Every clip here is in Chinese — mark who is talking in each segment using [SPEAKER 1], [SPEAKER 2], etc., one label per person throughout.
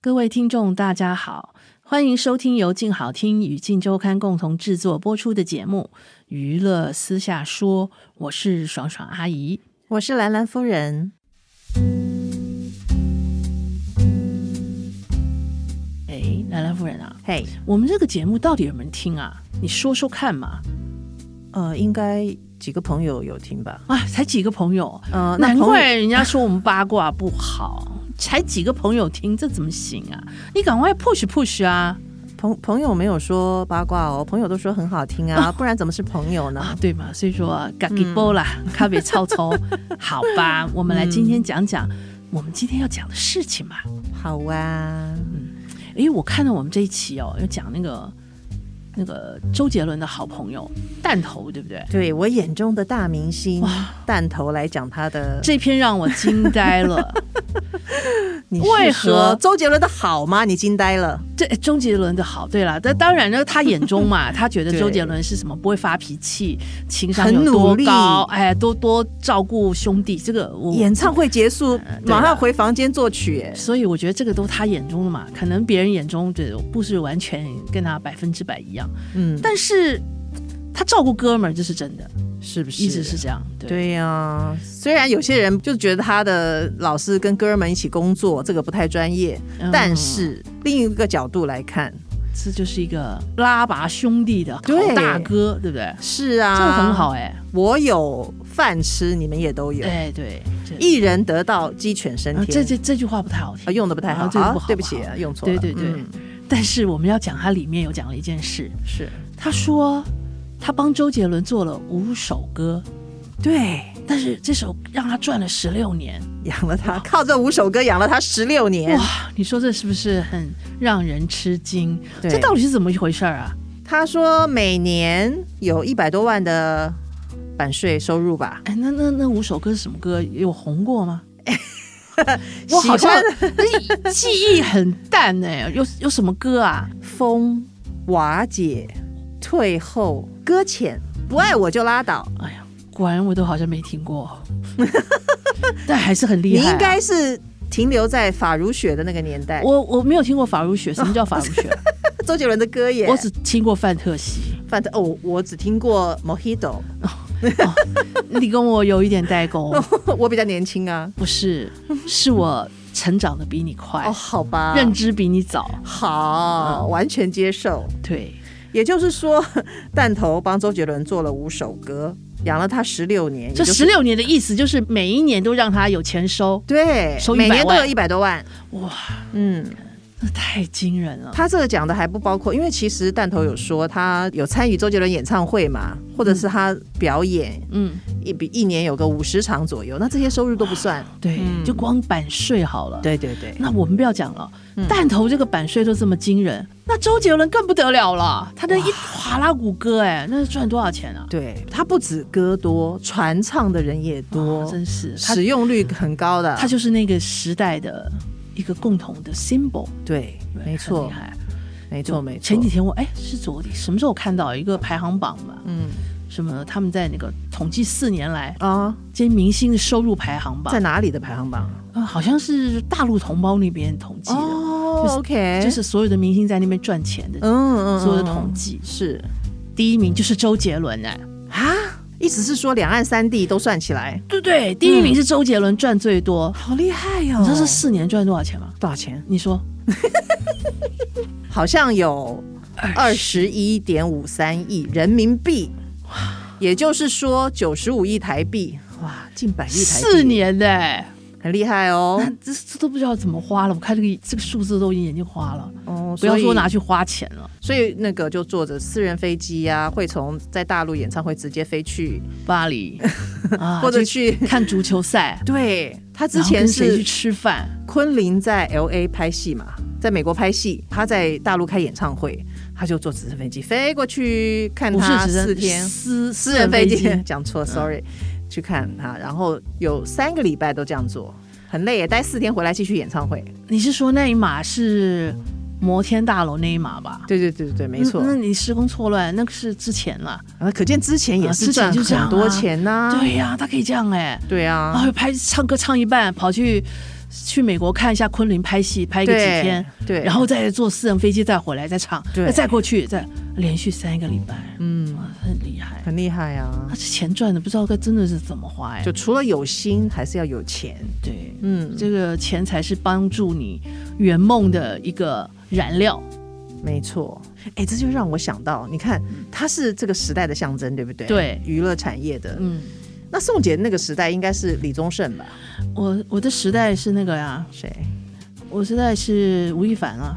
[SPEAKER 1] 各位听众，大家好，欢迎收听由静好听与静周刊共同制作播出的节目《娱乐私下说》，我是爽爽阿姨。
[SPEAKER 2] 我是兰兰夫人。
[SPEAKER 1] 哎，兰兰夫人啊，
[SPEAKER 2] 嘿、
[SPEAKER 1] 我们这个节目到底有没有人听啊？你说说看嘛。
[SPEAKER 2] 呃，应该几个朋友有听吧？
[SPEAKER 1] 啊，才几个朋友，
[SPEAKER 2] 呃，那
[SPEAKER 1] 难
[SPEAKER 2] 朋友
[SPEAKER 1] 怪人家说我们八卦不好，才几个朋友听，这怎么行啊？你赶快 push push 啊！
[SPEAKER 2] 朋朋友没有说八卦哦，朋友都说很好听啊， 不然怎么是朋友呢？
[SPEAKER 1] 啊，对嘛，所以说啊，嘎吉波啦，咖啡超 抽，好吧，我们来今天讲讲我们今天要讲的事情嘛。
[SPEAKER 2] 好啊，
[SPEAKER 1] 诶，我看到我们这一期哦，有讲那个那个周杰伦的好朋友弹头，对不对？
[SPEAKER 2] 对我眼中的大明星弹头来讲他的，
[SPEAKER 1] 这篇让我惊呆了，
[SPEAKER 2] 你是
[SPEAKER 1] 为
[SPEAKER 2] 说
[SPEAKER 1] 何
[SPEAKER 2] 周杰伦的好吗？你惊呆了？
[SPEAKER 1] 这诶周杰伦的好，对啦，但当然呢，他眼中嘛， 他觉得
[SPEAKER 2] 对
[SPEAKER 1] 周杰伦是什么不会发脾气，情商
[SPEAKER 2] 很
[SPEAKER 1] 有多
[SPEAKER 2] 努力
[SPEAKER 1] 高，哎，多多照顾兄弟，这个我
[SPEAKER 2] 演唱会结束，
[SPEAKER 1] 对啊
[SPEAKER 2] 马上回房间作曲、哎
[SPEAKER 1] 所以我觉得这个都他眼中的嘛，可能别人眼中对不是完全跟他百分之百一样，
[SPEAKER 2] 嗯，
[SPEAKER 1] 但是他照顾哥们儿这是真的，
[SPEAKER 2] 是不是
[SPEAKER 1] 一直是这样，对。
[SPEAKER 2] 对呀、虽然有些人就觉得他的老师跟哥们一起工作这个不太专业，
[SPEAKER 1] 嗯
[SPEAKER 2] 但是另一个角度来看，
[SPEAKER 1] 这就是一个拉拔兄弟的好
[SPEAKER 2] 对
[SPEAKER 1] 大哥，对不对？
[SPEAKER 2] 是
[SPEAKER 1] 这
[SPEAKER 2] 啊，
[SPEAKER 1] 个很好哎、
[SPEAKER 2] 我有饭吃，你们也都有，
[SPEAKER 1] 哎对，这
[SPEAKER 2] 一人得道鸡犬升
[SPEAKER 1] 啊
[SPEAKER 2] 天。
[SPEAKER 1] 这这这句话不太好听，
[SPEAKER 2] 啊用的不太好，
[SPEAKER 1] 啊这个不好
[SPEAKER 2] 啊对不起，用错了。
[SPEAKER 1] 对对对
[SPEAKER 2] 嗯
[SPEAKER 1] 但是我们要讲，他里面有讲了一件事，
[SPEAKER 2] 是
[SPEAKER 1] 他说他帮周杰伦做了五首歌，
[SPEAKER 2] 对，
[SPEAKER 1] 但是这首让他赚了十六年，
[SPEAKER 2] 养了他，靠这五首歌养了他十六年。
[SPEAKER 1] 哇！你说这是不是很让人吃惊？
[SPEAKER 2] 对
[SPEAKER 1] 这到底是怎么一回事儿啊？
[SPEAKER 2] 他说每年有一百多万的版税收入吧，
[SPEAKER 1] 哎，那那那五首歌是什么歌？有红过 吗？我好像
[SPEAKER 2] 喜
[SPEAKER 1] 记忆很淡哎、有有什么歌啊？
[SPEAKER 2] 风瓦解、退后、搁浅，不爱我就拉倒。
[SPEAKER 1] 哎呀，果然我都好像没听过， 但还是很厉
[SPEAKER 2] 你
[SPEAKER 1] 害啊、
[SPEAKER 2] 应该是停留在法如雪的那个年代，
[SPEAKER 1] 我我没有听过法如雪，什么叫法如雪？
[SPEAKER 2] 周杰伦的歌耶。
[SPEAKER 1] 我只听过范特 西。
[SPEAKER 2] 反正哦，我只听过 Mojito，
[SPEAKER 1] 哦你跟我有一点代沟，
[SPEAKER 2] 我比较年轻啊。
[SPEAKER 1] 不是，是我成长的比你快，
[SPEAKER 2] 哦，好吧，
[SPEAKER 1] 哎认嗯知比你早。
[SPEAKER 2] 好，完全接受。
[SPEAKER 1] 对，
[SPEAKER 2] 也就是说， 弹头帮周杰伦做了五首歌，养了他十六年，也
[SPEAKER 1] 这
[SPEAKER 2] 就是
[SPEAKER 1] 十六年的意思就是每一年都让他有钱收，
[SPEAKER 2] 对
[SPEAKER 1] 收，
[SPEAKER 2] 每
[SPEAKER 1] 100
[SPEAKER 2] 年都有
[SPEAKER 1] 万
[SPEAKER 2] 一百多万。
[SPEAKER 1] 哇，
[SPEAKER 2] 嗯，
[SPEAKER 1] 那太惊人了。
[SPEAKER 2] 他这个讲的还不包括，因为其实弹头有说他有参与周杰伦演唱会嘛，或者是他表演
[SPEAKER 1] 嗯，
[SPEAKER 2] 一比一年有个五十场左右，那这些收入都不算。
[SPEAKER 1] 对，
[SPEAKER 2] 嗯
[SPEAKER 1] 就光版税好了。，
[SPEAKER 2] 对对对，
[SPEAKER 1] 那我们不要讲了，
[SPEAKER 2] 嗯
[SPEAKER 1] 弹头这个版税都这么惊人，那周杰伦更不得了了，他的一华拉谷歌，哎，那是赚多少钱啊？
[SPEAKER 2] 对他不止歌多，传唱的人也多，啊
[SPEAKER 1] 真是他，
[SPEAKER 2] 使用率很高的。
[SPEAKER 1] 他就是那个时代的一个共同的 symbol，
[SPEAKER 2] 对，
[SPEAKER 1] 对
[SPEAKER 2] 没
[SPEAKER 1] 很
[SPEAKER 2] 错
[SPEAKER 1] 厉，害。
[SPEAKER 2] 没错，没错。
[SPEAKER 1] 前几天我哎是昨天什么时候看到一个排行榜嘛？
[SPEAKER 2] 嗯
[SPEAKER 1] 什么他们在那个统计四年来
[SPEAKER 2] 啊，
[SPEAKER 1] 这些明星的收入排行榜
[SPEAKER 2] 在，哪里的排行榜？
[SPEAKER 1] 呃好像是大陆同胞那边统计的，
[SPEAKER 2] 哦
[SPEAKER 1] 就是
[SPEAKER 2] ，OK，
[SPEAKER 1] 就是所有的明星在那边赚钱的、
[SPEAKER 2] 嗯嗯，
[SPEAKER 1] 所有的
[SPEAKER 2] 嗯
[SPEAKER 1] 统计，
[SPEAKER 2] 是
[SPEAKER 1] 第一名就是周杰伦哎、
[SPEAKER 2] 啊，意思是说两岸三地都算起来，
[SPEAKER 1] 对不对？第一名是周杰伦赚最多，
[SPEAKER 2] 好厉害哟、
[SPEAKER 1] 你知道这四年赚多少钱吗？
[SPEAKER 2] 多少钱？
[SPEAKER 1] 你说
[SPEAKER 2] 好像有二十一点五三亿人民币，也就是说九十五亿台币，哇，近百亿台币，
[SPEAKER 1] 四年的、哎
[SPEAKER 2] 很厉害哦。
[SPEAKER 1] 这这都不知道怎么花了。我看这个这个数字都已经眼睛花了，
[SPEAKER 2] 哦，
[SPEAKER 1] 不要说拿
[SPEAKER 2] 哪，
[SPEAKER 1] 去花钱了，
[SPEAKER 2] 所以那个就坐着私人飞机啊，会从在大陆演唱会直接飞去，
[SPEAKER 1] 巴黎啊
[SPEAKER 2] 或者
[SPEAKER 1] 去
[SPEAKER 2] 去。
[SPEAKER 1] 看足球赛
[SPEAKER 2] 对，他之
[SPEAKER 1] 然后
[SPEAKER 2] 前
[SPEAKER 1] 跟谁去
[SPEAKER 2] 是
[SPEAKER 1] 吃饭？
[SPEAKER 2] 昆凌在 L A 拍戏嘛，在美国拍戏，他在大陆开演唱会，他就坐直升飞机飞过去看
[SPEAKER 1] 不是
[SPEAKER 2] 他
[SPEAKER 1] 直升
[SPEAKER 2] 四天，
[SPEAKER 1] 私
[SPEAKER 2] 私
[SPEAKER 1] 私
[SPEAKER 2] 人
[SPEAKER 1] 人
[SPEAKER 2] 飞
[SPEAKER 1] 飞
[SPEAKER 2] 机嗯
[SPEAKER 1] 机，
[SPEAKER 2] 讲错，sorry，、去看他，然后有三个礼拜都这样做，很累耶，待四天回来继续演唱会。
[SPEAKER 1] 你是说那一码是摩天大楼那一码吧？
[SPEAKER 2] 对对对对对，没错。
[SPEAKER 1] 嗯那你时空错乱，那个是之前了。
[SPEAKER 2] 啊，可见之前也
[SPEAKER 1] 啊
[SPEAKER 2] 是
[SPEAKER 1] 之前
[SPEAKER 2] 赚
[SPEAKER 1] 就这样
[SPEAKER 2] 很
[SPEAKER 1] 啊
[SPEAKER 2] 多钱呐、
[SPEAKER 1] 对呀、他可以这样哎、
[SPEAKER 2] 对
[SPEAKER 1] 然
[SPEAKER 2] 啊，
[SPEAKER 1] 后拍唱歌唱一半，跑去去美国看一下昆凌拍戏，拍个
[SPEAKER 2] 对
[SPEAKER 1] 几天，
[SPEAKER 2] 对，
[SPEAKER 1] 然后再坐私人飞机再回来再唱，
[SPEAKER 2] 对
[SPEAKER 1] 再过去再连续三个礼拜，
[SPEAKER 2] 嗯，
[SPEAKER 1] 哇，很厉害。
[SPEAKER 2] 很厉害啊
[SPEAKER 1] 他。这钱赚的不知道该真的是怎么花哎、
[SPEAKER 2] 就除了有心，还是要有钱。
[SPEAKER 1] 对，
[SPEAKER 2] 嗯，
[SPEAKER 1] 这个钱才是帮助你圆梦的一个燃料。
[SPEAKER 2] 没错。哎，这就让我想到，你看，它是这个时代的象征，对不对？
[SPEAKER 1] 对
[SPEAKER 2] 娱乐产业的。
[SPEAKER 1] 嗯，
[SPEAKER 2] 那宋姐那个时代应该是李宗盛吧？
[SPEAKER 1] 我我的时代是那个呀、
[SPEAKER 2] 谁？
[SPEAKER 1] 我时代是吴亦凡啊。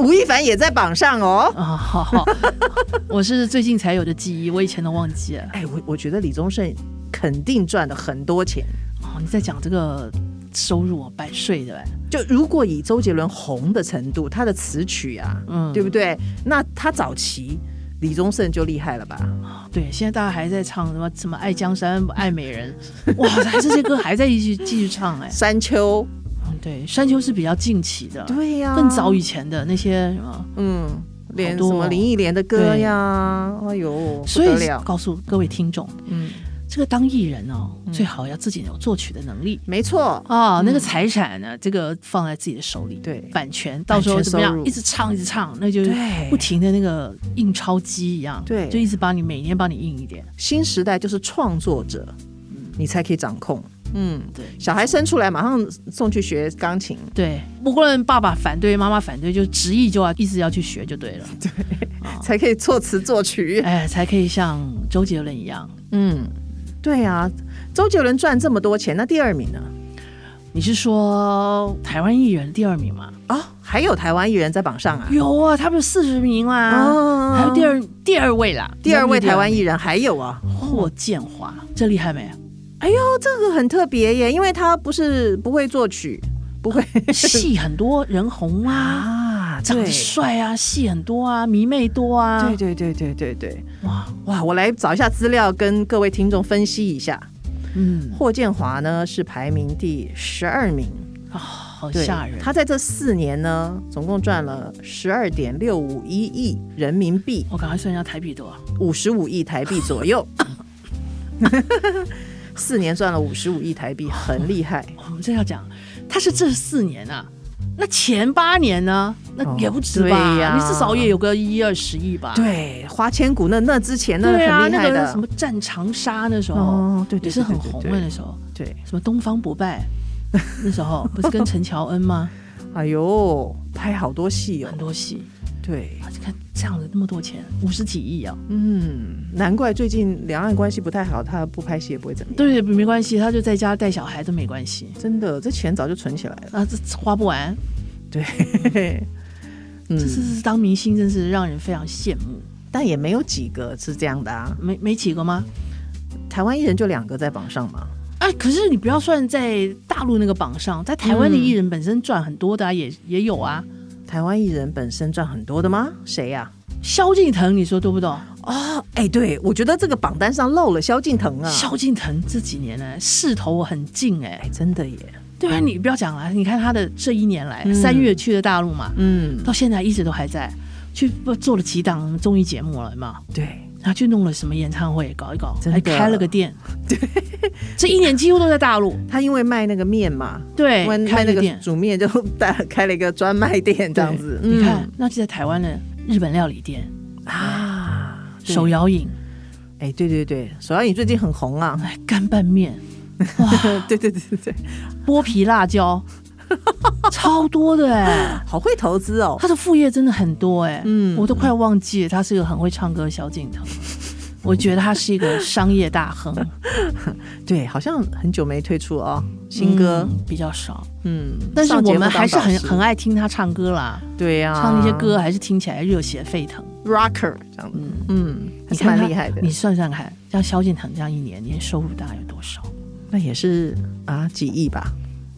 [SPEAKER 2] 吴亦凡也在榜上哦。
[SPEAKER 1] 啊，好好， 我是最近才有的记忆，我以前都忘记了。
[SPEAKER 2] 哎，我我觉得李宗盛肯定赚了很多钱。
[SPEAKER 1] 哦，你在讲这个收入哦，百税的，
[SPEAKER 2] 就如果以周杰伦红的程度，他的词曲啊，
[SPEAKER 1] 嗯，
[SPEAKER 2] 对不对？那他早期李宗盛就厉害了吧？
[SPEAKER 1] 对？现在大家还在唱什么什么爱江山爱美 人，哇，还这些歌还在一起继续唱哎、
[SPEAKER 2] 山丘，
[SPEAKER 1] 嗯对，山丘是比较近期的，
[SPEAKER 2] 对呀、
[SPEAKER 1] 更早以前的那些什么，
[SPEAKER 2] 嗯，连
[SPEAKER 1] 好多
[SPEAKER 2] 什
[SPEAKER 1] 哦
[SPEAKER 2] 么林忆莲的歌呀，哎呦，不
[SPEAKER 1] 嗯所以
[SPEAKER 2] 得了，
[SPEAKER 1] 告诉各位听众，
[SPEAKER 2] 嗯，
[SPEAKER 1] 这个当艺人哦，最好要自己有作曲的能力。
[SPEAKER 2] 没错，
[SPEAKER 1] 哦，那个财产呢？这个放在自己的手里，
[SPEAKER 2] 对
[SPEAKER 1] 版权到时候
[SPEAKER 2] 版权
[SPEAKER 1] 怎么
[SPEAKER 2] 收
[SPEAKER 1] 样？
[SPEAKER 2] 入
[SPEAKER 1] 一直唱，一直唱，那就是
[SPEAKER 2] 对
[SPEAKER 1] 不停的那个印钞机一样，
[SPEAKER 2] 对
[SPEAKER 1] 就一直帮你每年帮你印一点，
[SPEAKER 2] 新时代就是创作者，你才可以掌控，嗯，
[SPEAKER 1] 对
[SPEAKER 2] 小孩生出来马上送去学钢琴，
[SPEAKER 1] 对。不论爸爸反对，妈妈反对，就执意就要一直要去学就对了，
[SPEAKER 2] 才可以作词作曲，
[SPEAKER 1] 啊哎，才可以像周杰伦一样。
[SPEAKER 2] 嗯，对啊，周杰伦赚这么多钱，那第二名呢？
[SPEAKER 1] 你是说台湾艺人第二名吗？
[SPEAKER 2] 哦，还有台湾艺人在榜上啊，
[SPEAKER 1] 有啊，他们有四十名啦，
[SPEAKER 2] 哦
[SPEAKER 1] 还有第二啊第二位啦，
[SPEAKER 2] 第二位台湾艺
[SPEAKER 1] 人
[SPEAKER 2] 人还有啊，
[SPEAKER 1] 霍建华，这厉害没？
[SPEAKER 2] 哎呦，这个很特别耶，因为他不是不会作曲，不会
[SPEAKER 1] 戏很多，人红 啊。
[SPEAKER 2] 啊，
[SPEAKER 1] 长
[SPEAKER 2] 对
[SPEAKER 1] 得帅啊，戏很多啊，迷妹多啊，
[SPEAKER 2] 对对对对对对，
[SPEAKER 1] 哇，
[SPEAKER 2] 哇！我来找一下资料，跟各位听众分析一下。
[SPEAKER 1] 嗯，
[SPEAKER 2] 霍建华呢是排名第十二名，
[SPEAKER 1] 啊，好
[SPEAKER 2] 对
[SPEAKER 1] 吓人。
[SPEAKER 2] 他在这四年呢，总共赚了十二点六五一亿人民币，
[SPEAKER 1] 我赶快算一下台币多少，
[SPEAKER 2] 五十五亿台币左 右。四年赚了五十五亿台币，很厉害。
[SPEAKER 1] 我们这要讲，他是这四年啊，那前八年呢，那也不止吧，
[SPEAKER 2] 哦对呀
[SPEAKER 1] 你至少也有个一二十亿吧，
[SPEAKER 2] 对，花千骨那那之前啊那
[SPEAKER 1] 对啊，
[SPEAKER 2] 很厉
[SPEAKER 1] 那
[SPEAKER 2] 害的，
[SPEAKER 1] 个什么战长沙那时候，
[SPEAKER 2] 哦对对
[SPEAKER 1] 也是很
[SPEAKER 2] 对对
[SPEAKER 1] 红
[SPEAKER 2] 对
[SPEAKER 1] 的那时候，
[SPEAKER 2] 对，
[SPEAKER 1] 什么东方不败。那时候 不是跟陈乔恩吗？
[SPEAKER 2] 哎呦，拍好多戏哦
[SPEAKER 1] 很。多戏，
[SPEAKER 2] 对，
[SPEAKER 1] 啊，你看这样子那么多钱，五十几亿啊！
[SPEAKER 2] 嗯，难怪最近两岸关系不太好，他不拍戏也不会怎么样。
[SPEAKER 1] 对，没关系，他就在家带小孩都没关系。
[SPEAKER 2] 真的，这钱早就存起来了。
[SPEAKER 1] 啊，这花不完，
[SPEAKER 2] 对， 嗯
[SPEAKER 1] 这，是当明星真是让人非常羡慕。
[SPEAKER 2] 但也没有几个是这样的啊。
[SPEAKER 1] 没没几个吗？
[SPEAKER 2] 台湾艺人就两个在榜上嘛。
[SPEAKER 1] 哎，可是你不要算在大陆那个榜上，在台湾的
[SPEAKER 2] 嗯
[SPEAKER 1] 艺人本身赚很多的、啊也也有啊。
[SPEAKER 2] 台湾艺人本身赚很多的吗？谁啊呀、
[SPEAKER 1] 萧敬腾，你说对不对？
[SPEAKER 2] 哦，哎、对，我觉得这个榜单上漏了萧敬腾啊。
[SPEAKER 1] 萧敬腾这几年呢势头很劲哎、
[SPEAKER 2] 哎，真的耶。
[SPEAKER 1] 对啊，你不要讲啊，你看他的这一年来，三月去的大陆嘛，
[SPEAKER 2] 嗯，
[SPEAKER 1] 到现在一直都还在，去不做了几档综艺节目了嘛，
[SPEAKER 2] 对，
[SPEAKER 1] 然后去弄了什么演唱会搞一搞，
[SPEAKER 2] 真
[SPEAKER 1] 还
[SPEAKER 2] 的
[SPEAKER 1] 开了个 店，对，这一年几乎都在大陆，
[SPEAKER 2] 他因为卖那个面嘛，
[SPEAKER 1] 对
[SPEAKER 2] 卖，
[SPEAKER 1] 哎开了
[SPEAKER 2] 卖那
[SPEAKER 1] 个
[SPEAKER 2] 个
[SPEAKER 1] 店，
[SPEAKER 2] 煮面就 大开了一个专卖店这样
[SPEAKER 1] 对
[SPEAKER 2] 子。
[SPEAKER 1] 你看，那就在台湾的日本料理店、
[SPEAKER 2] 嗯啊，对
[SPEAKER 1] 手摇饮、
[SPEAKER 2] 哎，对对对，手摇饮最近很红 啊。
[SPEAKER 1] 哎干拌面、
[SPEAKER 2] 对对对对对，
[SPEAKER 1] 剥皮辣椒， 超多的哎、
[SPEAKER 2] 好会投资哦。
[SPEAKER 1] 他的副业真的很多哎、
[SPEAKER 2] 嗯
[SPEAKER 1] 我都快忘记了他是一个很会唱歌的萧 敬腾。我觉得他是一个商业大亨，
[SPEAKER 2] 对，好像很久没推出哦，新歌。
[SPEAKER 1] 嗯比较少，
[SPEAKER 2] 嗯，
[SPEAKER 1] 但是
[SPEAKER 2] 上
[SPEAKER 1] 我
[SPEAKER 2] 节目
[SPEAKER 1] 们
[SPEAKER 2] 当
[SPEAKER 1] 还是
[SPEAKER 2] 导
[SPEAKER 1] 很
[SPEAKER 2] 师啊
[SPEAKER 1] 很爱听他唱歌啦，
[SPEAKER 2] 对呀、
[SPEAKER 1] 唱那些歌还是听起来热血沸腾。
[SPEAKER 2] rocker 这样子，嗯，还
[SPEAKER 1] 你
[SPEAKER 2] 是
[SPEAKER 1] 看
[SPEAKER 2] 蛮
[SPEAKER 1] 他
[SPEAKER 2] 厉害的
[SPEAKER 1] 你。算算看，像萧敬腾这样一年年收入大概有多少？
[SPEAKER 2] 那也是啊几亿吧？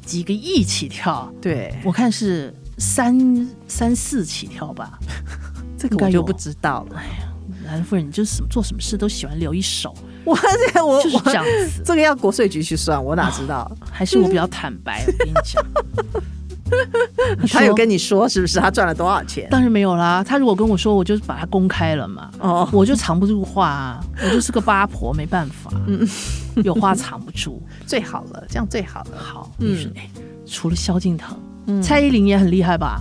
[SPEAKER 1] 几个亿起跳，
[SPEAKER 2] 对，
[SPEAKER 1] 我看是三三四起跳吧。
[SPEAKER 2] 这个
[SPEAKER 1] 应该
[SPEAKER 2] 我
[SPEAKER 1] 有
[SPEAKER 2] 就不知道了。
[SPEAKER 1] 兰夫人，你就是什么做什么事都喜欢留一手，
[SPEAKER 2] 我这我
[SPEAKER 1] 就是这样
[SPEAKER 2] 我
[SPEAKER 1] 子。
[SPEAKER 2] 这个要国税局去算，我哪知道？
[SPEAKER 1] 还是我比较坦白，我跟你 讲， 你说
[SPEAKER 2] 他有跟你说是不是？他赚了多少钱？
[SPEAKER 1] 当然没有啦。他如果跟我说，我就把它公开了嘛。
[SPEAKER 2] 哦
[SPEAKER 1] 我就藏不住话啊，我就是个八婆，没办法，
[SPEAKER 2] 嗯
[SPEAKER 1] 有话藏不住。
[SPEAKER 2] 最好了，这样最好了。
[SPEAKER 1] 好，你说，哎，除了萧敬腾，
[SPEAKER 2] 嗯
[SPEAKER 1] 蔡依林也很厉害吧？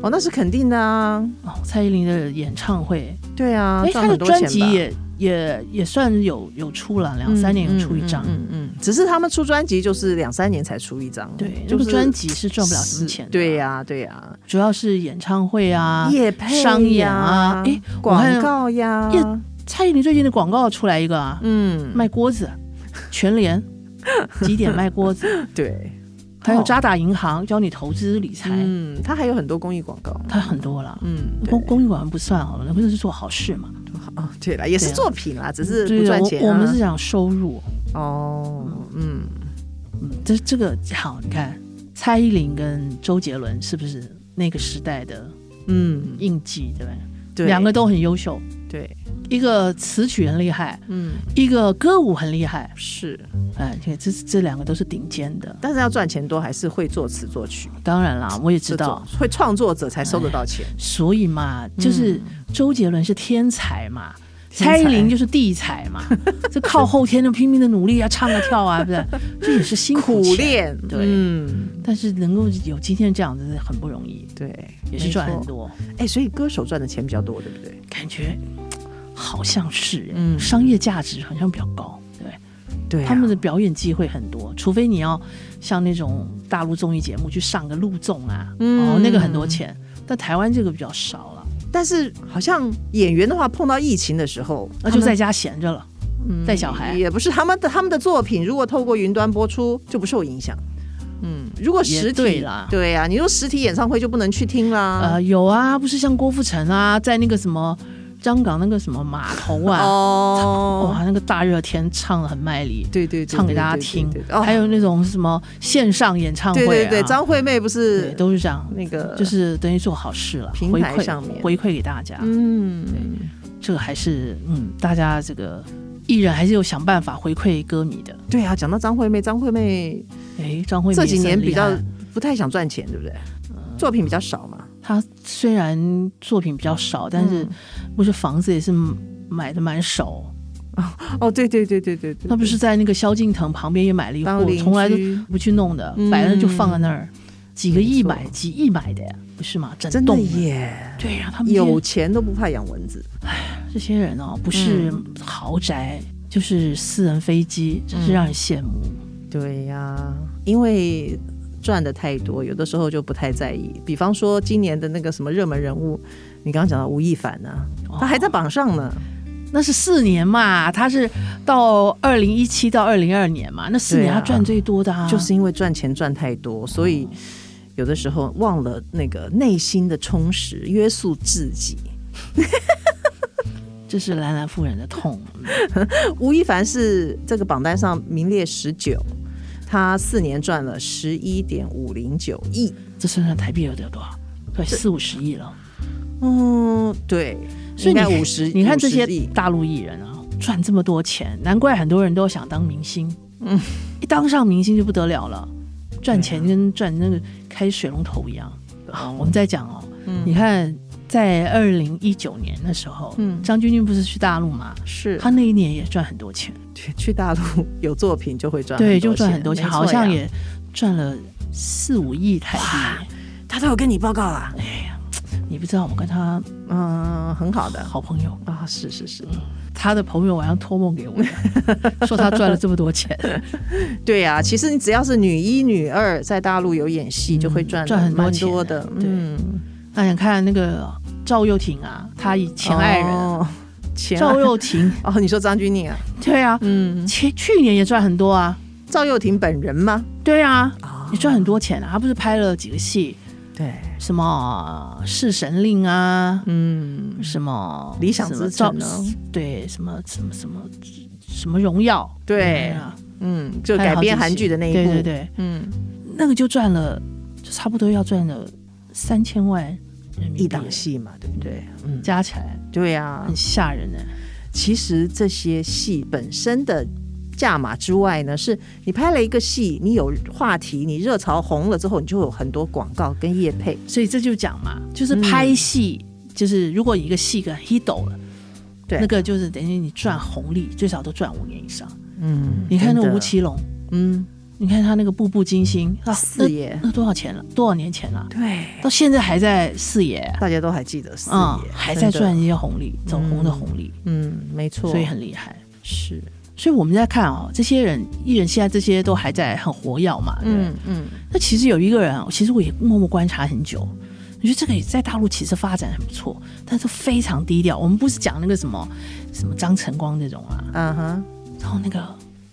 [SPEAKER 2] 哦，那是肯定的啊。
[SPEAKER 1] 哦，蔡依林的演唱会，
[SPEAKER 2] 对啊，
[SPEAKER 1] 哎，
[SPEAKER 2] 赚
[SPEAKER 1] 她的
[SPEAKER 2] 很多
[SPEAKER 1] 专
[SPEAKER 2] 钱
[SPEAKER 1] 辑
[SPEAKER 2] 吧
[SPEAKER 1] 也也也算有有出了，两三年有出一张。
[SPEAKER 2] 嗯嗯嗯嗯只是他们出专辑就是两三年才出一张，
[SPEAKER 1] 对，这
[SPEAKER 2] 就
[SPEAKER 1] 个
[SPEAKER 2] 是
[SPEAKER 1] 专辑是赚不了什么
[SPEAKER 2] 是
[SPEAKER 1] 钱的，
[SPEAKER 2] 对呀对呀，
[SPEAKER 1] 主要是演唱会啊、
[SPEAKER 2] 业配
[SPEAKER 1] 商演
[SPEAKER 2] 呀
[SPEAKER 1] 啊。哎，我
[SPEAKER 2] 广
[SPEAKER 1] 看
[SPEAKER 2] 告呀，
[SPEAKER 1] 业蔡依林最近的广告出来一个啊，
[SPEAKER 2] 嗯，
[SPEAKER 1] 卖锅子，全 联几点卖锅子，
[SPEAKER 2] 对，
[SPEAKER 1] 还有
[SPEAKER 2] 哦
[SPEAKER 1] 渣打银行教你投资理财，
[SPEAKER 2] 嗯，他还有很多公益广告，
[SPEAKER 1] 它很多啦。
[SPEAKER 2] 嗯，对
[SPEAKER 1] 公公益广告不算好了，那不是做好事嘛？
[SPEAKER 2] 哦，对了，也是
[SPEAKER 1] 对啊
[SPEAKER 2] 作品啦，只是
[SPEAKER 1] 对
[SPEAKER 2] 不赚
[SPEAKER 1] 我
[SPEAKER 2] 钱啊。
[SPEAKER 1] 我们是讲收入，
[SPEAKER 2] 哦，嗯，
[SPEAKER 1] 嗯，这这个好，你看蔡依林跟周杰伦是不是那个时代的
[SPEAKER 2] 嗯，
[SPEAKER 1] 印记，对吧？
[SPEAKER 2] 对，
[SPEAKER 1] 两个都很优秀，
[SPEAKER 2] 对，
[SPEAKER 1] 一个词曲很厉害，
[SPEAKER 2] 嗯，
[SPEAKER 1] 一个歌舞很厉害，
[SPEAKER 2] 是，
[SPEAKER 1] 哎，这这这两个都是顶尖的。
[SPEAKER 2] 但是要赚钱多，还是会作词作曲，
[SPEAKER 1] 当然啦，我也知道，
[SPEAKER 2] 这种会创作者才收得到钱。
[SPEAKER 1] 所以嘛，就是周杰伦是天才嘛，
[SPEAKER 2] 嗯天
[SPEAKER 1] 蔡
[SPEAKER 2] 才
[SPEAKER 1] 依林就是地才 嘛，这靠后天的拼命的努力啊，唱啊跳啊，对不对？这也是辛
[SPEAKER 2] 苦
[SPEAKER 1] 苦哎钱，
[SPEAKER 2] 练，
[SPEAKER 1] 对
[SPEAKER 2] 嗯，
[SPEAKER 1] 但是能够有今天这样子很不容易，
[SPEAKER 2] 对，
[SPEAKER 1] 也是赚很
[SPEAKER 2] 没错。
[SPEAKER 1] 多，
[SPEAKER 2] 哎、所以歌手赚的钱比较多，对不对？
[SPEAKER 1] 感觉嘖好像是，
[SPEAKER 2] 嗯
[SPEAKER 1] 嗯，商业价值好像比较高，对不对。啊
[SPEAKER 2] 对、
[SPEAKER 1] 他们的表演机会很多，除非你要像那种大陆综艺节目去上个陆综啊，
[SPEAKER 2] 嗯
[SPEAKER 1] 哦，那个很多钱，但台湾这个比较少了，
[SPEAKER 2] 但是好像演员的话，碰到疫情的时候，
[SPEAKER 1] 那就在家闲着了，带小
[SPEAKER 2] 他们嗯
[SPEAKER 1] 孩。
[SPEAKER 2] 也不是他们的他们的作品，如果透过云端播出，就不受影响。嗯，如果实体
[SPEAKER 1] 也对啦
[SPEAKER 2] 对啊，你说实体演唱会就不能去听啦。
[SPEAKER 1] 呃，有啊，不是像郭富城啊，在那个什么香港那个什么码头啊，
[SPEAKER 2] 哦，
[SPEAKER 1] 哇，那个大热天唱的很卖力，
[SPEAKER 2] 对对对，
[SPEAKER 1] 唱给大家
[SPEAKER 2] 对
[SPEAKER 1] 听
[SPEAKER 2] 对对对。哦
[SPEAKER 1] 还有那种什么线上演唱会、
[SPEAKER 2] 对
[SPEAKER 1] 啊，
[SPEAKER 2] 对对，张惠妹不
[SPEAKER 1] 对
[SPEAKER 2] 是
[SPEAKER 1] 都是这样，
[SPEAKER 2] 那个
[SPEAKER 1] 就是等于做好事了，
[SPEAKER 2] 平
[SPEAKER 1] 回
[SPEAKER 2] 台
[SPEAKER 1] 馈
[SPEAKER 2] 上面
[SPEAKER 1] 回馈给大家。
[SPEAKER 2] 嗯，
[SPEAKER 1] 这个还是嗯，大家这个艺人还是有想办法回馈歌迷的。
[SPEAKER 2] 对啊，讲到张惠妹，张惠妹
[SPEAKER 1] 哎，张惠妹
[SPEAKER 2] 这几年比
[SPEAKER 1] 也
[SPEAKER 2] 较
[SPEAKER 1] 是很厉害，
[SPEAKER 2] 不太想赚钱，对不对？作品比较少嘛，
[SPEAKER 1] 她虽然作品比较少，但
[SPEAKER 2] 嗯
[SPEAKER 1] 是不是房子也是买的蛮熟。
[SPEAKER 2] 哦，对对对对对对，
[SPEAKER 1] 那不是在那个萧敬腾旁边也买了一
[SPEAKER 2] 当
[SPEAKER 1] 户
[SPEAKER 2] 邻，居
[SPEAKER 1] 从来都不去弄的，
[SPEAKER 2] 嗯
[SPEAKER 1] 摆了就放在那儿，几个亿
[SPEAKER 2] 没错
[SPEAKER 1] 买，几亿买的呀，不是嘛？
[SPEAKER 2] 真
[SPEAKER 1] 整
[SPEAKER 2] 的
[SPEAKER 1] 栋啊
[SPEAKER 2] 耶，
[SPEAKER 1] 对呀、他们这些
[SPEAKER 2] 有钱都不怕养蚊子，
[SPEAKER 1] 这些人哦，不是
[SPEAKER 2] 嗯
[SPEAKER 1] 豪宅。就是私人飞机，真是让人羡慕。
[SPEAKER 2] 对呀、因为赚的太多，有的时候就不太在意。比方说今年的那个什么热门人物，你刚刚讲到吴亦凡啊哦呢、他还在榜上呢，
[SPEAKER 1] 那是四年嘛，他是到二零一七到二零二年嘛，那四
[SPEAKER 2] 对
[SPEAKER 1] 年
[SPEAKER 2] 啊哦
[SPEAKER 1] 他赚最多的、啊
[SPEAKER 2] 就是因为赚钱赚太多，所以有的时候忘了那个内心的充实，约束自己。
[SPEAKER 1] 这是兰兰夫人的痛。
[SPEAKER 2] 吴亦凡是这个榜单上名列十九，他四年赚了十一点五零九亿。
[SPEAKER 1] 这算算台币有得多少？快四五十亿了。
[SPEAKER 2] 嗯，对，
[SPEAKER 1] 哦所以
[SPEAKER 2] 应
[SPEAKER 1] 你
[SPEAKER 2] 该
[SPEAKER 1] 看
[SPEAKER 2] 五十，
[SPEAKER 1] 你看这些
[SPEAKER 2] 50亿
[SPEAKER 1] 大陆艺人啊，赚这么多钱，难怪很多人都想当明星。嗯，一当上明星就不得了了，赚钱跟赚那个开水龙头一样。啊我们在讲哦，你看在二零一九年的时候，
[SPEAKER 2] 嗯
[SPEAKER 1] 张钧甯不是去大陆嘛？
[SPEAKER 2] 是
[SPEAKER 1] 他那一年也赚很多钱，
[SPEAKER 2] 去去大陆有作品就会赚很多
[SPEAKER 1] 对，
[SPEAKER 2] 钱，
[SPEAKER 1] 就赚很多钱，
[SPEAKER 2] 没错
[SPEAKER 1] 好像
[SPEAKER 2] 呀
[SPEAKER 1] 也赚了四五亿台币。
[SPEAKER 2] 他都有跟你报告啊啦。
[SPEAKER 1] 你不知道，我跟他
[SPEAKER 2] 嗯，很好的
[SPEAKER 1] 好朋友，
[SPEAKER 2] 啊，是是是，
[SPEAKER 1] 他的朋友晚上托梦给 我的，说他赚了这么多钱，
[SPEAKER 2] 对呀、其实你只要是女一、女二在大陆有演戏，就会赚
[SPEAKER 1] 嗯赚很多
[SPEAKER 2] 蛮
[SPEAKER 1] 钱
[SPEAKER 2] 多
[SPEAKER 1] 的
[SPEAKER 2] 的，
[SPEAKER 1] 对哦
[SPEAKER 2] 嗯，
[SPEAKER 1] 那你看那个赵又廷啊，他以前爱人、
[SPEAKER 2] 哦，前爱
[SPEAKER 1] 赵
[SPEAKER 2] 人
[SPEAKER 1] 又廷，
[SPEAKER 2] 哦，你说张钧甯啊，
[SPEAKER 1] 对啊，
[SPEAKER 2] 嗯，
[SPEAKER 1] 前去年也赚很多啊，
[SPEAKER 2] 赵又廷本人吗？
[SPEAKER 1] 对啊，
[SPEAKER 2] 啊
[SPEAKER 1] 也赚很多钱啊。他不是拍了几个戏，
[SPEAKER 2] 对，
[SPEAKER 1] 什么《侍神令》啊，
[SPEAKER 2] 嗯，
[SPEAKER 1] 什么
[SPEAKER 2] 理想之城啊
[SPEAKER 1] 什么
[SPEAKER 2] 呢
[SPEAKER 1] 赵对，什么什么什么什么荣耀，
[SPEAKER 2] 对
[SPEAKER 1] 啊，
[SPEAKER 2] 嗯，就
[SPEAKER 1] 还有
[SPEAKER 2] 改
[SPEAKER 1] 好
[SPEAKER 2] 编
[SPEAKER 1] 几
[SPEAKER 2] 韩
[SPEAKER 1] 集
[SPEAKER 2] 剧的那一
[SPEAKER 1] 对
[SPEAKER 2] 部，
[SPEAKER 1] 对对，
[SPEAKER 2] 嗯，
[SPEAKER 1] 那个就赚了，就差不多要赚了三千万人民币
[SPEAKER 2] 一档戏嘛，对不对？嗯，
[SPEAKER 1] 加起来，
[SPEAKER 2] 对呀、
[SPEAKER 1] 很吓人呢。
[SPEAKER 2] 其实这些戏本身的价码之外呢，是你拍了一个戏，你有话题，你热潮红了之后，你就有很多广告跟业配。
[SPEAKER 1] 所以这就讲嘛，就是拍戏，就是如果一个戏个 hit 抖了。
[SPEAKER 2] 对
[SPEAKER 1] 那个就是等于你赚红利，最少都赚五年以上。
[SPEAKER 2] 嗯
[SPEAKER 1] 你看那吴
[SPEAKER 2] 奇，
[SPEAKER 1] 奇隆，
[SPEAKER 2] 嗯，
[SPEAKER 1] 你看他那个《步步惊心》啊，
[SPEAKER 2] 四
[SPEAKER 1] 那
[SPEAKER 2] 爷，
[SPEAKER 1] 那多少钱了？多少年前了？
[SPEAKER 2] 对，
[SPEAKER 1] 到现在还在四爷，啊
[SPEAKER 2] 大家都还记得四
[SPEAKER 1] 嗯
[SPEAKER 2] 爷，
[SPEAKER 1] 还在
[SPEAKER 2] 真的
[SPEAKER 1] 赚，一些红利，走红的红利，
[SPEAKER 2] 嗯，没错，
[SPEAKER 1] 所以很厉害。
[SPEAKER 2] 是，
[SPEAKER 1] 所以我们在看哦，这些人艺人现在这些都还在很活跃嘛，嗯。
[SPEAKER 2] 嗯嗯，
[SPEAKER 1] 那其实有一个人，啊其实我也默默观察很久，我觉得这个也在大陆其实发展很不错，但是非常低调。我们不是讲那个什么什么张晨光这种啊，
[SPEAKER 2] 啊哈，
[SPEAKER 1] 然后那个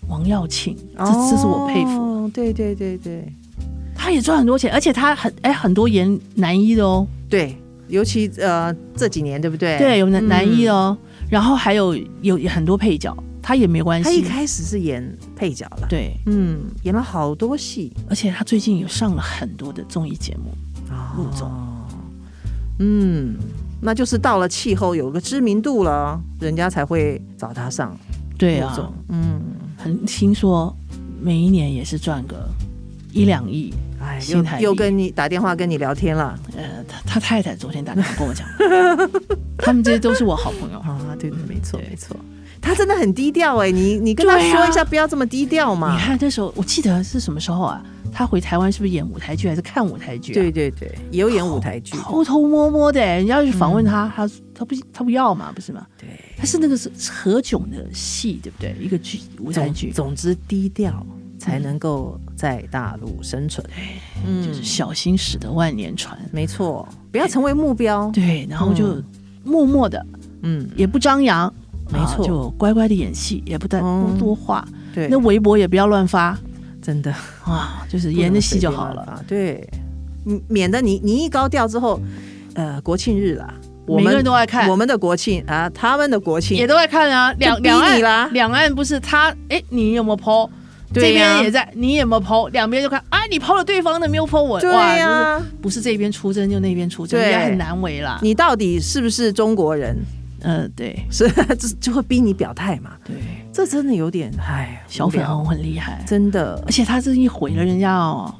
[SPEAKER 1] 王耀庆，这这是我佩服，
[SPEAKER 2] 哦，对对对对
[SPEAKER 1] 他也赚很多钱，而且他很哎很多演男一的哦，
[SPEAKER 2] 对，尤其呃这几年对不对？
[SPEAKER 1] 对，有男
[SPEAKER 2] 嗯
[SPEAKER 1] 男一哦，然后还有有很多配角，他也没关
[SPEAKER 2] 他一
[SPEAKER 1] 系，
[SPEAKER 2] 开始是演配角了，
[SPEAKER 1] 对，
[SPEAKER 2] 嗯，演了好多戏，
[SPEAKER 1] 而且他最近有上了很多的综艺节目，陆总
[SPEAKER 2] 哦嗯，那就是到了气候有个知名度了，人家才会找他上
[SPEAKER 1] 对
[SPEAKER 2] 陆
[SPEAKER 1] 啊，
[SPEAKER 2] 总。嗯，
[SPEAKER 1] 很听说每一年也是赚个一两亿。
[SPEAKER 2] 哎，
[SPEAKER 1] 新
[SPEAKER 2] 又
[SPEAKER 1] 台币
[SPEAKER 2] 又跟你打电话跟你聊天了
[SPEAKER 1] 呃，他他太太昨天打电话跟我讲， 他们这些都是我好朋友。
[SPEAKER 2] 啊，对对，没错
[SPEAKER 1] 对
[SPEAKER 2] 没错，他真的很低调哎、你你跟他
[SPEAKER 1] 对啊
[SPEAKER 2] 说一下，不要这么低调嘛
[SPEAKER 1] 你。看那时候，我记得是什么时候啊？他回台湾是不是演舞台剧还是看舞台剧、啊？
[SPEAKER 2] 对，对对，也有演舞台剧，嗯
[SPEAKER 1] 偷偷摸摸的、人家去访问他，他他不他不要嘛，不是吗？
[SPEAKER 2] 对，
[SPEAKER 1] 他是那个是是何炅的戏，对不对？一个剧舞台
[SPEAKER 2] 总
[SPEAKER 1] 剧，
[SPEAKER 2] 总之低调才能够在大陆生存。嗯
[SPEAKER 1] 就是小心驶得万年船。
[SPEAKER 2] 没错，不要成为目标。
[SPEAKER 1] 对，然后就默默的，
[SPEAKER 2] 嗯，
[SPEAKER 1] 也不张扬，
[SPEAKER 2] 没
[SPEAKER 1] 啊
[SPEAKER 2] 错
[SPEAKER 1] 就乖乖的演戏，也不再
[SPEAKER 2] 嗯
[SPEAKER 1] 不多话。
[SPEAKER 2] 对，
[SPEAKER 1] 那微博也不要乱发
[SPEAKER 2] 真的。
[SPEAKER 1] 啊，就是演的戏就好了。
[SPEAKER 2] 了。对，嗯免得你你一高调之后，呃，国庆日啦，我
[SPEAKER 1] 每个
[SPEAKER 2] 们
[SPEAKER 1] 人都爱看
[SPEAKER 2] 我们的国庆啊，他们的国庆
[SPEAKER 1] 也都在看啊，两
[SPEAKER 2] 就逼
[SPEAKER 1] 两
[SPEAKER 2] 你
[SPEAKER 1] 岸
[SPEAKER 2] 啦
[SPEAKER 1] 两岸不是他哎，你有没有剖？
[SPEAKER 2] 对
[SPEAKER 1] 这
[SPEAKER 2] 呀
[SPEAKER 1] 边也在，你有没有剖？两边就看啊，你剖了对方的，没有剖我，
[SPEAKER 2] 对
[SPEAKER 1] 哇，
[SPEAKER 2] 呀、
[SPEAKER 1] 就是不是这边出征就那边出征，
[SPEAKER 2] 对
[SPEAKER 1] 也很难为啦。
[SPEAKER 2] 你到底是不是中国人？
[SPEAKER 1] 呃，对
[SPEAKER 2] 是就就会逼你表态嘛？
[SPEAKER 1] 对，
[SPEAKER 2] 这真的有点哎，
[SPEAKER 1] 小粉
[SPEAKER 2] 无
[SPEAKER 1] 红
[SPEAKER 2] 聊
[SPEAKER 1] 很厉害，
[SPEAKER 2] 真的
[SPEAKER 1] 而且他这一毁了人家哦，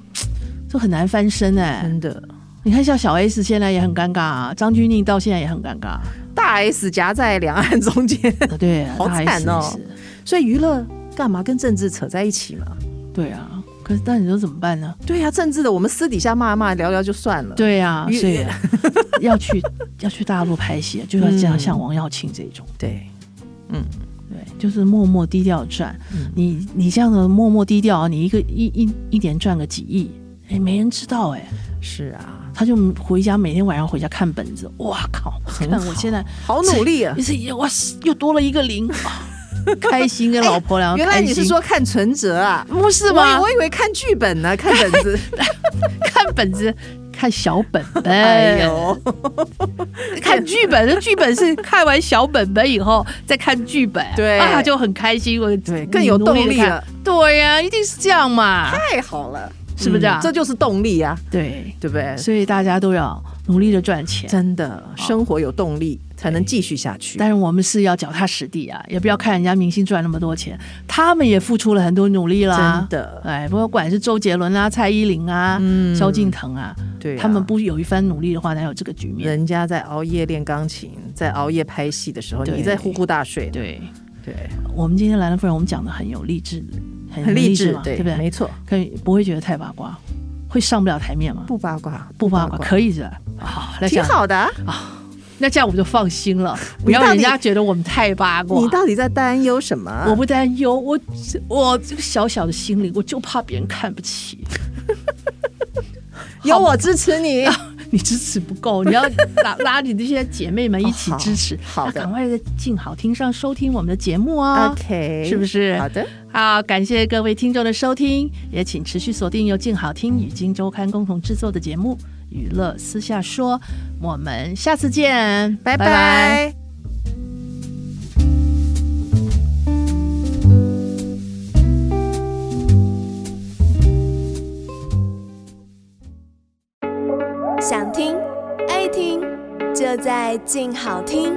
[SPEAKER 1] 就很难翻身哎。
[SPEAKER 2] 真的
[SPEAKER 1] 你看像小 S 现在也很尴尬啊，张钧甯到现在也很尴尬，
[SPEAKER 2] 大 S 夹在两岸中间，
[SPEAKER 1] 呃对啊，
[SPEAKER 2] 好
[SPEAKER 1] 大 S
[SPEAKER 2] 惨哦
[SPEAKER 1] 也是
[SPEAKER 2] 所以娱乐干嘛跟政治扯在一起嘛？
[SPEAKER 1] 对啊。可是那你说怎么办呢？
[SPEAKER 2] 对呀、政治的我们私底下骂骂聊聊就算了。
[SPEAKER 1] 对啊，
[SPEAKER 2] 与
[SPEAKER 1] 所以啊要去要去大陆拍戏，就要这样，
[SPEAKER 2] 嗯
[SPEAKER 1] 像王耀庆这种，
[SPEAKER 2] 对，
[SPEAKER 1] 对，就是默默低调赚。
[SPEAKER 2] 嗯
[SPEAKER 1] 你你这样的默默低调，你一个一一一年赚个几亿，哎，没人知道哎。
[SPEAKER 2] 是啊，
[SPEAKER 1] 他就回家每天晚上回家看本子，哇靠！看
[SPEAKER 2] 好
[SPEAKER 1] 我现在
[SPEAKER 2] 好努力啊！
[SPEAKER 1] 一次一哇塞又多了一个 零，啊开心跟老婆俩
[SPEAKER 2] 哎 原来
[SPEAKER 1] 开
[SPEAKER 2] 你是
[SPEAKER 1] 心
[SPEAKER 2] 说看存折啊？
[SPEAKER 1] 不是
[SPEAKER 2] 我以
[SPEAKER 1] 吗？
[SPEAKER 2] 我以为看剧 本呢、看本子。
[SPEAKER 1] 看本子看小本本，
[SPEAKER 2] 哎呦，
[SPEAKER 1] 看剧本，那剧本是看完小本本以后再看剧本，
[SPEAKER 2] 对
[SPEAKER 1] 啊，就很开心，我对
[SPEAKER 2] 更有动力了。
[SPEAKER 1] 对呀、一定是这样 嘛，
[SPEAKER 2] 太好了，
[SPEAKER 1] 是不是这样？
[SPEAKER 2] 这就是动力啊，
[SPEAKER 1] 对，
[SPEAKER 2] 对不对？
[SPEAKER 1] 所以大家都要努力的赚钱，
[SPEAKER 2] 真的，生活有动力才能继续下去。
[SPEAKER 1] 但是我们是要脚踏实地啊，也不要看人家明星赚那么多钱，他们也付出了很多努力啦
[SPEAKER 2] 真。的，
[SPEAKER 1] 哎，不管是周杰伦啊、蔡依林啊、
[SPEAKER 2] 嗯
[SPEAKER 1] 萧敬腾啊，
[SPEAKER 2] 对啊
[SPEAKER 1] 他们不有一番努力的话，哪有这个局面？
[SPEAKER 2] 人家在熬夜练钢琴，在熬夜拍戏的时候，
[SPEAKER 1] 对
[SPEAKER 2] 你在呼呼大睡。
[SPEAKER 1] 对，
[SPEAKER 2] 对，
[SPEAKER 1] 我们今天兰兰夫人，我们讲的很有励志，很
[SPEAKER 2] 很励
[SPEAKER 1] 志
[SPEAKER 2] 志
[SPEAKER 1] 嘛，，
[SPEAKER 2] 对
[SPEAKER 1] 不对？
[SPEAKER 2] 没错，
[SPEAKER 1] 可以不会觉得太八卦，会上不了台面吗？
[SPEAKER 2] 不八卦，
[SPEAKER 1] 不八卦可以的，好，那这
[SPEAKER 2] 挺
[SPEAKER 1] 样，
[SPEAKER 2] 好的啊。
[SPEAKER 1] 那这样我们就放心了，不
[SPEAKER 2] 你
[SPEAKER 1] 要
[SPEAKER 2] 到
[SPEAKER 1] 人
[SPEAKER 2] 底
[SPEAKER 1] 家觉得我们太八卦
[SPEAKER 2] 你。到底在担忧什么？
[SPEAKER 1] 我不担忧，我我这个小小的心灵，我就怕别人看不起。
[SPEAKER 2] 有我支持你。
[SPEAKER 1] 你支持不够， 你要拉拉你这些姐妹们一起支持。
[SPEAKER 2] 哦好好的
[SPEAKER 1] 那赶快在静好听上收听我们的节目哦。
[SPEAKER 2] OK，
[SPEAKER 1] 是不是
[SPEAKER 2] 好的，
[SPEAKER 1] 好，感谢各位听众的收听，也请持续锁定由静好听与静周刊共同制作的节目《娱乐私下说》，我们下次见，
[SPEAKER 2] 拜拜
[SPEAKER 3] 想听爱听，就在静好听。